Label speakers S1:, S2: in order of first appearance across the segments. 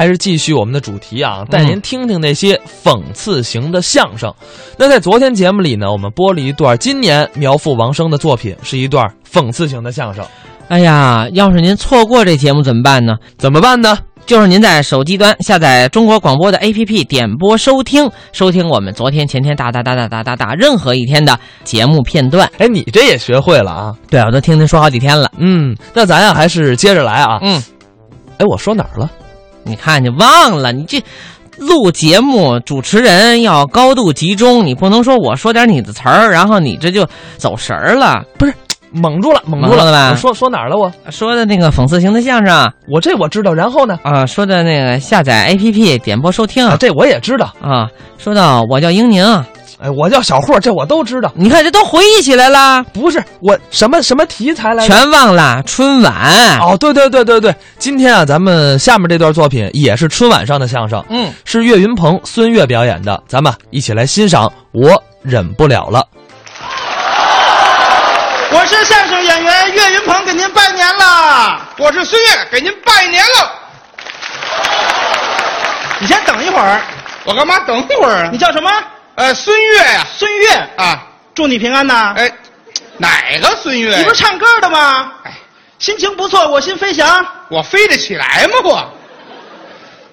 S1: 还是继续我们的主题啊，带您听听那些讽刺型的相声。那在昨天节目里呢，我们播了一段今年苗阜王声的作品，是一段讽刺型的相声。
S2: 哎呀，要是您错过这节目怎么办呢？
S1: 怎么办呢？
S2: 就是您在手机端下载中国广播的 APP，点播收听，收听我们昨天、前天、大大大大大大大任何一天的节目片段。
S1: 哎，你这也学会了啊？
S2: 对啊，我都听您说好几天了。
S1: 嗯，那咱呀还是接着来啊。
S2: 嗯，
S1: 哎，我说哪儿了？
S2: 你看你忘了，你这录节目主持人要高度集中，你不能说我说点你的词儿，然后你这就走神儿了。
S1: 蒙住了，蒙
S2: 蒙了吧
S1: 我说说哪儿了我？
S2: 说的那个讽刺型的相声啊、
S1: 我这我知道，然后呢？
S2: 说的那个下载 APP 点播收听
S1: 啊，
S2: 啊，
S1: 这我也知道。
S2: 啊，说到我叫英宁啊。
S1: 哎，我叫小霍，这我都知道。
S2: 你看这都回忆起来了，
S1: 不是我什么什么题材来着？
S2: 全忘了春晚。
S1: 哦，对对对对对，今天啊，咱们下面这段作品也是春晚上的相声，
S2: 嗯，
S1: 是岳云鹏、孙越表演的，咱们啊一起来欣赏《我忍不了了
S3: 我是相声演员岳云鹏，给您拜年了。我是孙越，给您拜年了。你先等一会儿，
S4: 我干嘛等一会儿啊
S3: 你？叫什么？
S4: 呃，孙越呀、
S3: 孙越
S4: 啊，啊，
S3: 祝你平安呐！
S4: 哎，哪个孙越呀？
S3: 你不是唱歌的吗？
S4: 哎，
S3: 心情不错，我心飞翔。
S4: 我飞得起来吗？我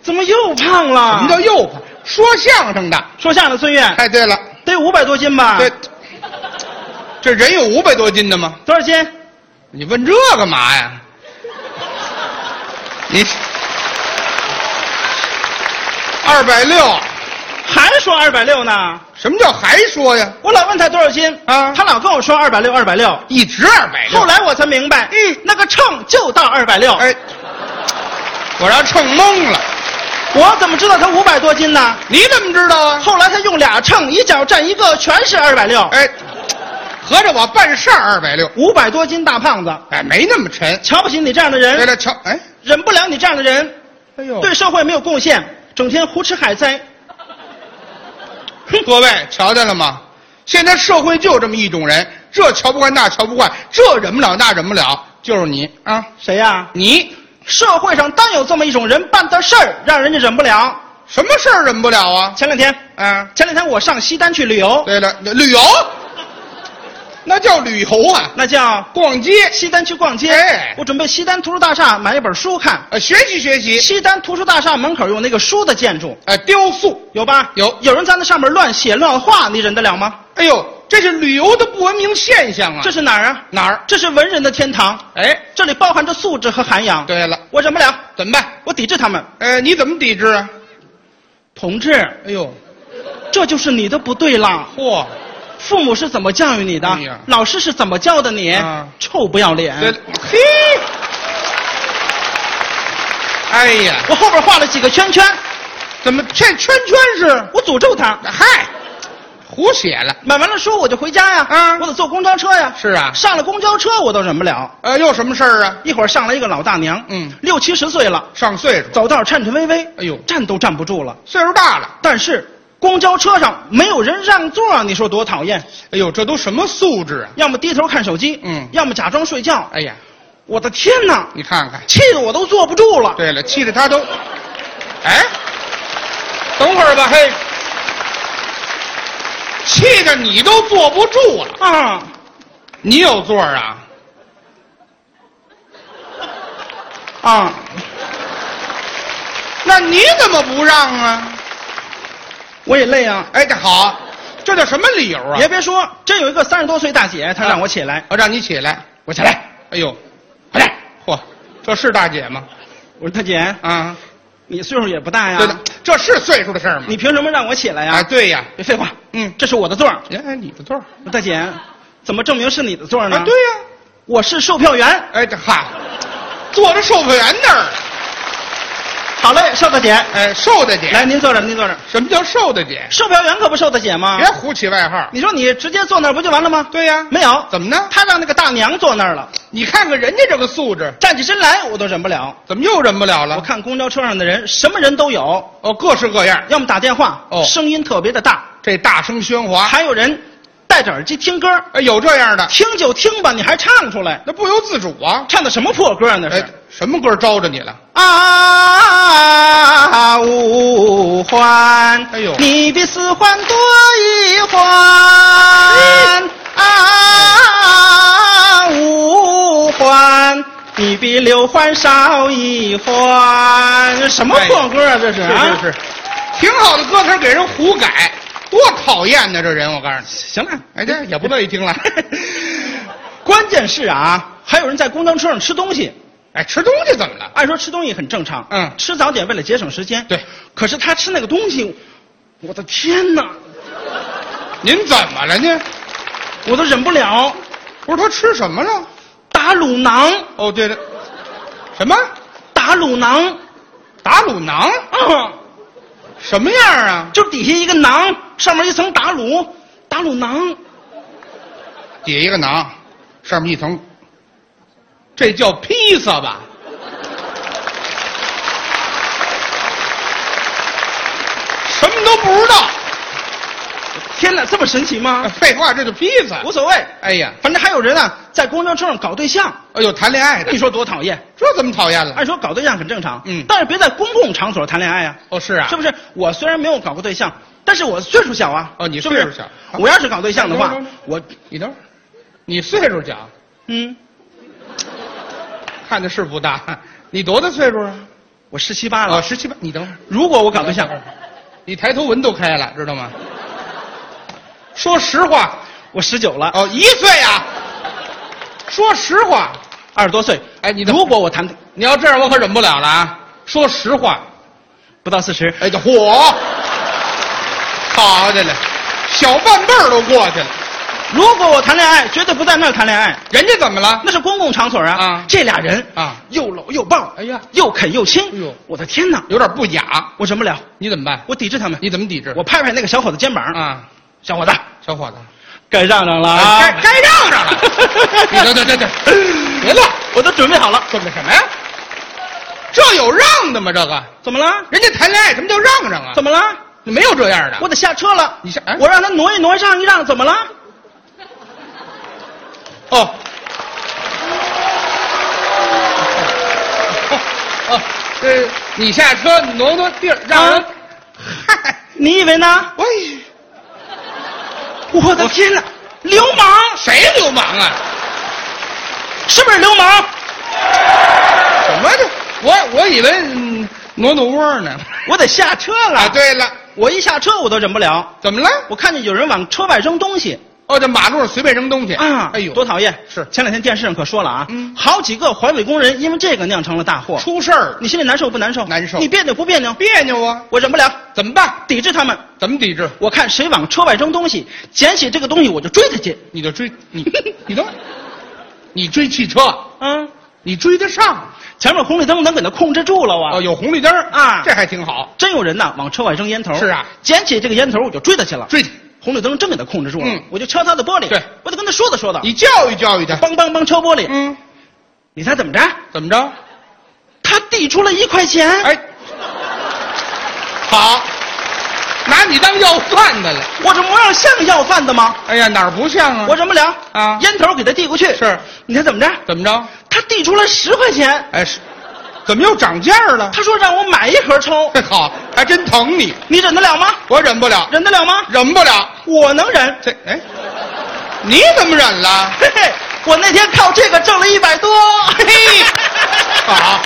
S3: 怎么又胖
S4: 什
S3: 了？
S4: 么叫又胖？说相声的。
S3: 说相声的孙越，
S4: 哎，对了，
S3: 得五百多斤吧？
S4: 这这人有五百多斤的吗？
S3: 多少斤？
S4: 你问这干嘛呀？你二百六，
S3: 还说二百六呢？
S4: 什么叫还说呀？
S3: 我老问他多少斤
S4: 啊哎
S3: 他老跟我说二百六，二百六。
S4: 一直二百六。
S3: 后来我才明白，嗯，那个秤就到二百六。
S4: 哎，我让秤懵了。
S3: 我怎么知道他五百多斤呢？
S4: 你怎么知道啊？
S3: 后来他用俩秤，一脚站一个，全是二百六，
S4: 哎，合着我办事儿二百六，
S3: 五百多斤大胖子，
S4: 哎，没那么沉。
S3: 瞧不起你这样的
S4: 对
S3: 人，
S4: 了，瞧，哎，
S3: 忍不了你这样的人，
S4: 哎呦
S3: 对社会没有贡献，整天胡吃海塞。
S4: 各位瞧见了吗？现在社会就这么一种人，这瞧不惯，那瞧不惯，这忍不了，那忍不了，就是你啊，
S3: 谁呀、
S4: 你
S3: 社会上单有这么一种人办的事儿，让人家忍不了。
S4: 什么事儿忍不了啊？
S3: 前两天，
S4: 啊，
S3: 前两天我上西单去旅 游，
S4: 对了，旅游，那叫旅游啊，
S3: 那叫
S4: 逛街，
S3: 西单去逛街
S4: 哎。
S3: 我准备西单图书大厦买一本书看。
S4: 呃，学习学习，
S3: 西单图书大厦门口有那个书的建筑，
S4: 呃，雕塑，
S3: 有吧？
S4: 有
S3: 有人在那上面乱写乱画，你忍得了吗？
S4: 哎呦，这是旅游的不文明现象啊！
S3: 这是哪儿啊？
S4: 哪儿？
S3: 这是文人的天堂，
S4: 哎，
S3: 这里包含着素质和涵养。，
S4: 对了，
S3: 我忍不了，
S4: 怎么办？
S3: 我抵制他们。
S4: 呃，你怎么抵制啊？
S3: 同志，
S4: 哎呦，
S3: 这就是你的不对了。
S4: 嚯！
S3: 父母是怎么教育你的？
S4: 哎呀
S3: 老师是怎么教的你？
S4: 啊
S3: 臭不要脸！
S4: 这嘿，哎呀，
S3: 我后边画了几个圈圈，
S4: 怎么这圈圈是？
S3: 我诅咒他。
S4: 嗨，胡写了。
S3: 买完了书我就回家呀，
S4: 啊
S3: 我得坐公交车呀。
S4: 是啊
S3: 上了公交车我都忍不了。
S4: 呃，又什么事儿啊？
S3: 一会儿上来一个老大娘，
S4: 嗯
S3: 六七十岁了，
S4: 上岁数，
S3: 走道颤颤巍巍，
S4: 哎呦
S3: 站都站不住了。
S4: 岁数大了。
S3: 但是公交车上没有人让座啊，你说多讨厌？
S4: 哎呦，这都什么素质啊？
S3: 要么低头看手机，
S4: 嗯
S3: 要么假装睡觉。
S4: 哎呀，
S3: 我的天哪，
S4: 你看看。
S3: 气得我都坐不住了。
S4: 对了，气得他都，哎，等会儿吧，嘿，气得你都坐不住了。
S3: 啊，
S4: 你有座儿啊？
S3: 啊，
S4: 那你怎么不让啊？
S3: 我也累啊。
S4: 哎，这好，这叫什么理由啊？
S3: 也别说，真有一个三十多岁大姐，她
S4: 啊
S3: 让我起来，
S4: 我让你起来，
S3: 我起来。
S4: 哎呦，快点！嚯，这是大姐吗？
S3: 我说大姐，
S4: 啊，
S3: 你岁数也不大呀
S4: 对，的，这是岁数的事儿吗？
S3: 啊你凭什么让我起来
S4: 啊，
S3: 呀？
S4: 对呀，
S3: 别废话，
S4: 嗯
S3: 这是我的座儿。
S4: 哎，你的座儿
S3: 我说大姐，怎么证明是你的座儿呢？
S4: 啊，对，呀，
S3: 我是售票员。
S4: 哎，这嗨，坐着售票员那儿，
S3: 好嘞，邵大姐，
S4: 哎，瘦大姐，
S3: 来，您坐这儿，您坐这儿。
S4: 什么叫瘦大姐？
S3: 售票员可不售的姐吗？
S4: 别胡起外号。
S3: 啊你说你直接坐那儿不就完了吗？
S4: 对呀，
S3: 没有，
S4: 怎么呢？
S3: 他让那个大娘坐那儿了，
S4: 你看看人家这个素质，
S3: 站起身来我都忍不了。
S4: 怎么又忍不了了？
S3: 我看公交车上的人，什么人都有，
S4: 哦，各式各样，
S3: 要么打电话，
S4: 哦啊
S3: 声音特别的大，
S4: 这大声喧哗，
S3: 还有人戴戴着耳机听歌，
S4: 哎，有这样的，
S3: 听就听吧，你还唱出来，
S4: 那不由自主啊。
S3: 唱的什么破歌啊那是
S4: 哎？，什么歌招着你了？
S3: 啊，五环，
S4: 哎呦
S3: 你比四环多一环，啊，五环，你比六环少一环，什么破歌啊？这是啊，
S4: 是是是，挺好的歌词儿给人胡改，多讨厌呢！这人，我告诉你，
S3: 行了，
S4: 哎，这也不乐意听了。
S3: 关键是啊，还有人在公交车上吃东西。
S4: 哎，吃东西怎么了？
S3: 按说吃东西很正常，
S4: 嗯
S3: 吃早点为了节省时间，
S4: 对。
S3: 可是他吃那个东西，我的天哪，
S4: 您怎么了呢？
S3: 我都忍不了。
S4: 不是他吃什么了？
S3: 打卤囊，
S4: 哦，对了，什么
S3: 打卤囊，
S4: 打卤囊？
S3: 嗯，
S4: 什么样啊？
S3: 就底下一个囊，上面一层打卤，打卤囊，
S4: 底下一个囊，上面一层，这叫披萨吧？什么都不知道，
S3: 天哪，这么神奇吗
S4: 哎？废话，这就披萨
S3: 啊无。所谓，
S4: 哎呀，
S3: 反正还有人啊，在公交车上搞对象，
S4: 哎呦，谈恋爱的
S3: 你，说多讨厌？
S4: 这怎么讨厌了？
S3: 按说搞对象很正常，
S4: 嗯
S3: 但是别在公共场所谈恋爱啊，
S4: 哦，是啊，
S3: 是不是？我虽然没有搞过对象，但是我岁数小哎啊。
S4: 哦你
S3: 是不是
S4: 岁数小
S3: 我要是搞对象的话
S4: 等会儿等会儿，
S3: 我
S4: 你等会儿，你岁数小，
S3: 嗯，
S4: 看着是不 大。你多大岁数啊？
S3: 我十七八了。
S4: 哦，十七八。你等会儿，
S3: 如果我搞对象，
S4: 你抬头纹都开了，知道 吗？说实话，
S3: 我十九了，
S4: 哦，一岁啊。说实话，
S3: 二十多岁。
S4: 哎你的
S3: 如果我谈
S4: 你要这样我可忍不了了啊！说实话，
S3: 不到四十，
S4: 哎，这火，好的嘞，小半辈儿都过去了，
S3: 如果我谈恋爱，绝对不在那儿谈恋爱，
S4: 人家怎么了？
S3: 那是公共场所啊。
S4: 啊
S3: 这俩人
S4: 啊
S3: 又搂又抱，
S4: 哎呀
S3: 又啃又亲。
S4: 哎呦
S3: 我的天哪，
S4: 有点不雅，
S3: 我忍不了，
S4: 你怎么办？
S3: 我抵制他们。
S4: 你怎么抵制？
S3: 我拍拍那个小伙子肩膀，
S4: 啊，
S3: 小伙子，
S4: 小伙子，
S3: 该让让了啊，
S4: 该该让让了。 你等等等 等，别闹，
S3: 我都准备好了。
S4: 准备什么呀？这有让的吗？这个
S3: 怎么了？
S4: 人家谈恋爱什么叫让让啊？
S3: 怎么了？
S4: 没有这样的？
S3: 我得下车了。
S4: 你下哎
S3: 我让他挪一挪，让一让，怎么了？
S4: 哦。哦，呃，你下车挪挪地儿，让人
S3: 啊，嗨，你以为呢？
S4: 喂，
S3: 我的天哪，流氓
S4: 谁流氓啊？
S3: 是不是流氓？
S4: 什么的？我我以为嗯挪挪窝呢。
S3: 我得下车了。
S4: 啊，，对了，
S3: 我一下车我都忍不了，
S4: 怎么了？
S3: 我看见有人往车外扔东西
S4: 哦，这马路上随便扔东西
S3: 啊，
S4: 哎呦，
S3: 多讨厌！
S4: 是
S3: 前两天电视上可说了啊，
S4: 嗯
S3: 好几个环卫工人因为这个酿成了大祸，
S4: 出事儿了，
S3: 你心里难受不难受？
S4: 难受
S3: 你别扭不别扭？
S4: 别扭啊？
S3: 我忍不了，
S4: 怎么办？
S3: 抵制他们。
S4: 怎么抵制？
S3: 我看谁往车外扔东西，捡起这个东西我就追他去。
S4: 你就追 你，你等会儿，你追汽车，
S3: 嗯，
S4: 啊你追得上
S3: 前面红绿灯能给他控制住了啊。
S4: 哦，有红绿灯儿
S3: 啊
S4: 这还挺好，
S3: 真有人呐，往车外扔烟头。
S4: 是啊，
S3: 捡起这个烟头我就追他去了。
S4: 追去，
S3: 红绿灯真给他控制住了，
S4: 嗯
S3: 我就敲他的玻璃。
S4: 对
S3: 我得跟他说道说道。
S4: 你教育教育他。
S3: 梆梆梆敲玻璃，
S4: 嗯，
S3: 你猜怎么着？
S4: 怎么着？
S3: 他递出了一块钱。
S4: 哎，好，拿你当要饭的了。
S3: 我这模样像要饭的吗？
S4: 哎呀，哪儿不像啊？
S3: 我忍不了
S4: 啊
S3: 烟头给他递过去。
S4: 是，
S3: 你猜怎么着？
S4: 怎么着？
S3: 他递出来十块钱，
S4: 哎，是，怎么又涨价了？
S3: 他说让我买一盒抽，
S4: 嘿好，还真疼你，
S3: 你忍得了吗？
S4: 我忍不了，
S3: 忍得了吗？
S4: 忍不了。
S3: 我能忍。
S4: 这哎，你怎么忍了？
S3: 嘿嘿，我那天靠这个挣了一百多。 嘿嘿，
S4: 好，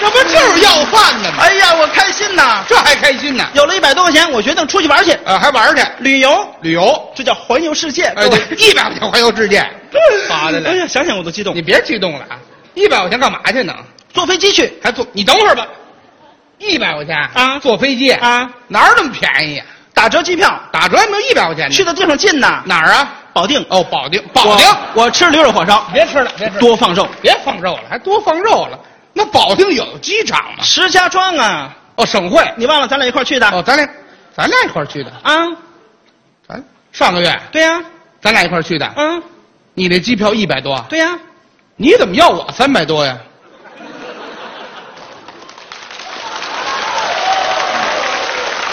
S4: 这不就是要饭的吗？
S3: 哎呀，我开心呐！
S4: 嗯这还开心呢？
S3: 有了一百多块钱，我决定出去玩去，
S4: 呃，还玩去
S3: 旅游，
S4: 旅游？
S3: 这叫环游世界。
S4: 哎，
S3: 各位
S4: 对，一百块钱环游世界。好的
S3: 哎
S4: 嘞，
S3: 呀，想想我都激动
S4: 你。别激动了啊！一百块钱干嘛去呢？
S3: 坐飞机去
S4: 还坐？你等会儿吧，一百块钱
S3: 啊
S4: 坐飞机，
S3: 啊，
S4: 哪儿那么便宜啊？
S3: 打折机票，
S4: 打折也没有一百块钱呢。
S3: 去的地方近呐。
S4: 哪儿啊？
S3: 保定，
S4: 哦，保定，保定，
S3: 我我吃驴肉火烧，
S4: 别吃了，别吃了，
S3: 多放肉。
S4: 别放肉了，还多放肉了。那保定有机场吗？
S3: 石家庄啊，
S4: 哦，省会。
S3: 你忘了咱俩一块儿去的？
S4: 哦，咱俩，咱俩一块儿去的。
S3: 啊，
S4: 咱上个月
S3: 对呀、
S4: 咱俩一块儿去的。
S3: 嗯，
S4: 你那机票一百多，
S3: 对呀、
S4: 你怎么要我三百多呀？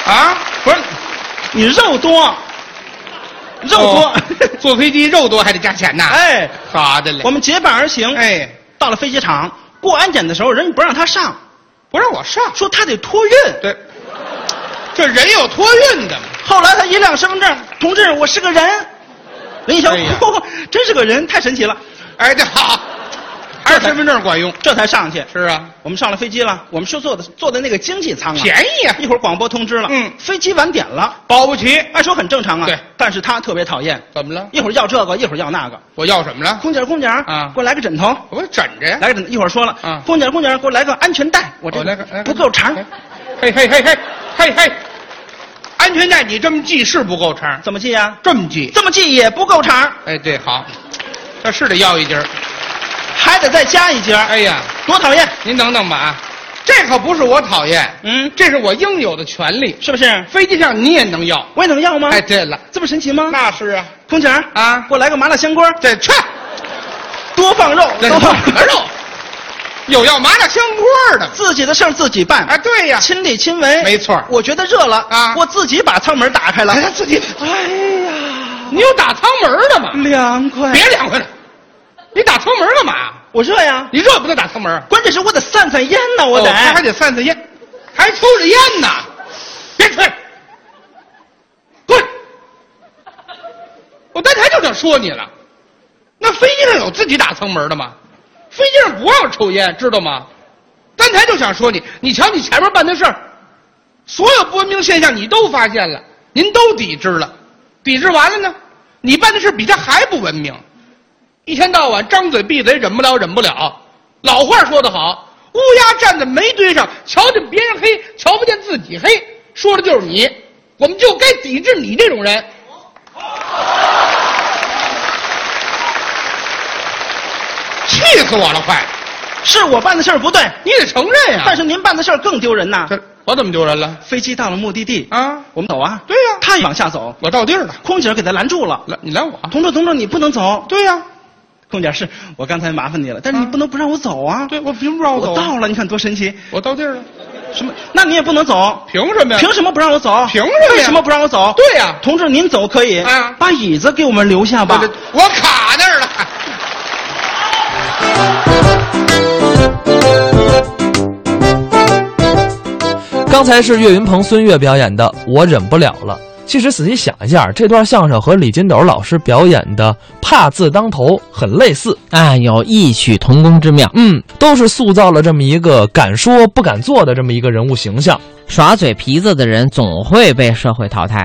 S4: 啊，不是，
S3: 你肉多，肉多。
S4: 坐飞机肉多还得加钱呐。
S3: 哦哎，
S4: 好的嘞。
S3: 我们结伴而行，
S4: 哎，
S3: 到了飞机场过安检的时候，人家不让他上，
S4: 不让我上。
S3: 说他得托运。
S4: 对，这人有托运的嘛。
S3: 后来他一亮身份证，同志，我是个人。人一瞧
S4: 哎呀，
S3: 嚯、 真是个人，太神奇了。
S4: 哎，这好，还是身份证管用。
S3: 这才上去。
S4: 是啊，
S3: 我们上了飞机了，我们是坐的坐的那个经济舱啊，
S4: 便宜啊
S3: 一会儿广播通知了，
S4: 嗯
S3: 飞机晚点了，
S4: 保不齐。
S3: 按说很正常啊。
S4: 对
S3: 但是他特别讨厌，
S4: 怎么了？
S3: 一会儿要这个，一会儿要那个。
S4: 我要什么了？
S3: 空姐，空姐，
S4: 啊
S3: 给我来个枕头，
S4: 我枕着呀。
S3: 来个枕头。一会儿说了，
S4: 啊
S3: 空姐，空姐，给我来个安全带，我这
S4: 我来个来个哎
S3: 不够长，
S4: 嘿嘿嘿嘿嘿嘿，安全带你这么系是不够长，
S3: 怎么系呀、
S4: 这么系。
S3: 这么系也不够长，
S4: 哎，对，好，这是得要一截儿。
S3: 还得再加一截儿，
S4: 哎呀，
S3: 多讨厌！
S4: 您等等吧啊，这可不是我讨厌，
S3: 嗯，
S4: 这是我应有的权利。
S3: 是不是？
S4: 飞机上你也能要。
S3: 我也能要吗？
S4: 哎，对了，
S3: 这么神奇吗？
S4: 那是啊，
S3: 空姐
S4: 啊
S3: 给我来个麻辣香锅，
S4: 这去，
S3: 多放肉，
S4: 这
S3: 多放
S4: 什么肉？有要麻辣香锅的吗？
S3: 自己的事儿自己办，
S4: 啊，对呀，
S3: 亲力亲为，
S4: 没错儿
S3: 我觉得热了
S4: 啊
S3: 我自己把舱门打开了，
S4: 哎自己
S3: 哎呀，
S4: 你有打舱门的吗？
S3: 凉快。
S4: 别凉快了，你打舱门干嘛？
S3: 我热呀，
S4: 你热不得打舱门啊？
S3: 关键是我得散散烟呢，我
S4: 哦
S3: 得。
S4: 他还得散散烟，还抽着烟呢，别吹，滚！我刚才就想说你了，那飞机上有自己打舱门的吗？飞机上不让抽烟，知道吗？刚才就想说你，你瞧你前面办的事儿，所有不文明现象你都发现了，您都抵制了，抵制完了呢，你办的事比他还不文明，一天到晚张嘴闭嘴，忍不了忍不了。老话说得好，乌鸦站在煤堆上，瞧见别人黑，瞧不见自己黑，说的就是你。我们就该抵制你这种人。气死我了，快！
S3: 是我办的事儿不对，
S4: 你得承哎认呀、
S3: 但是您办的事儿更丢人呐。
S4: 这我怎么丢人了？
S3: 飞机到了目的地，
S4: 啊，
S3: 我们走啊。
S4: 对呀
S3: 他也往下走，
S4: 我到地儿了。
S3: 空姐给他拦住了。
S4: 来，你来我。啊
S3: 同志，同志，你不能走。
S4: 对呀、
S3: 空姐是我刚才麻烦你了，但是你
S4: 啊
S3: 不能不让我走啊。
S4: 对，我凭什么让我走
S3: 我
S4: 啊？
S3: 到了，你看多神奇。
S4: 我到地儿了，
S3: 什么？那你也不能走，
S4: 凭什么呀？
S3: 凭什么不让我走？
S4: 凭什么呀
S3: 为什么不让我走？
S4: 对呀
S3: 同志，您走可以，
S4: 啊
S3: 把椅子给我们留下吧。
S4: 我这我卡那儿了。
S1: 刚才是岳云鹏、孙越表演的《我忍不了了》。其实仔细想一下，这段相声和李金斗老师表演的“怕字当头”很类似，
S2: 啊，有异曲同工之妙。
S1: 嗯，都是塑造了这么一个敢说不敢做的这么一个人物形象。
S2: 耍嘴皮子的人总会被社会淘汰。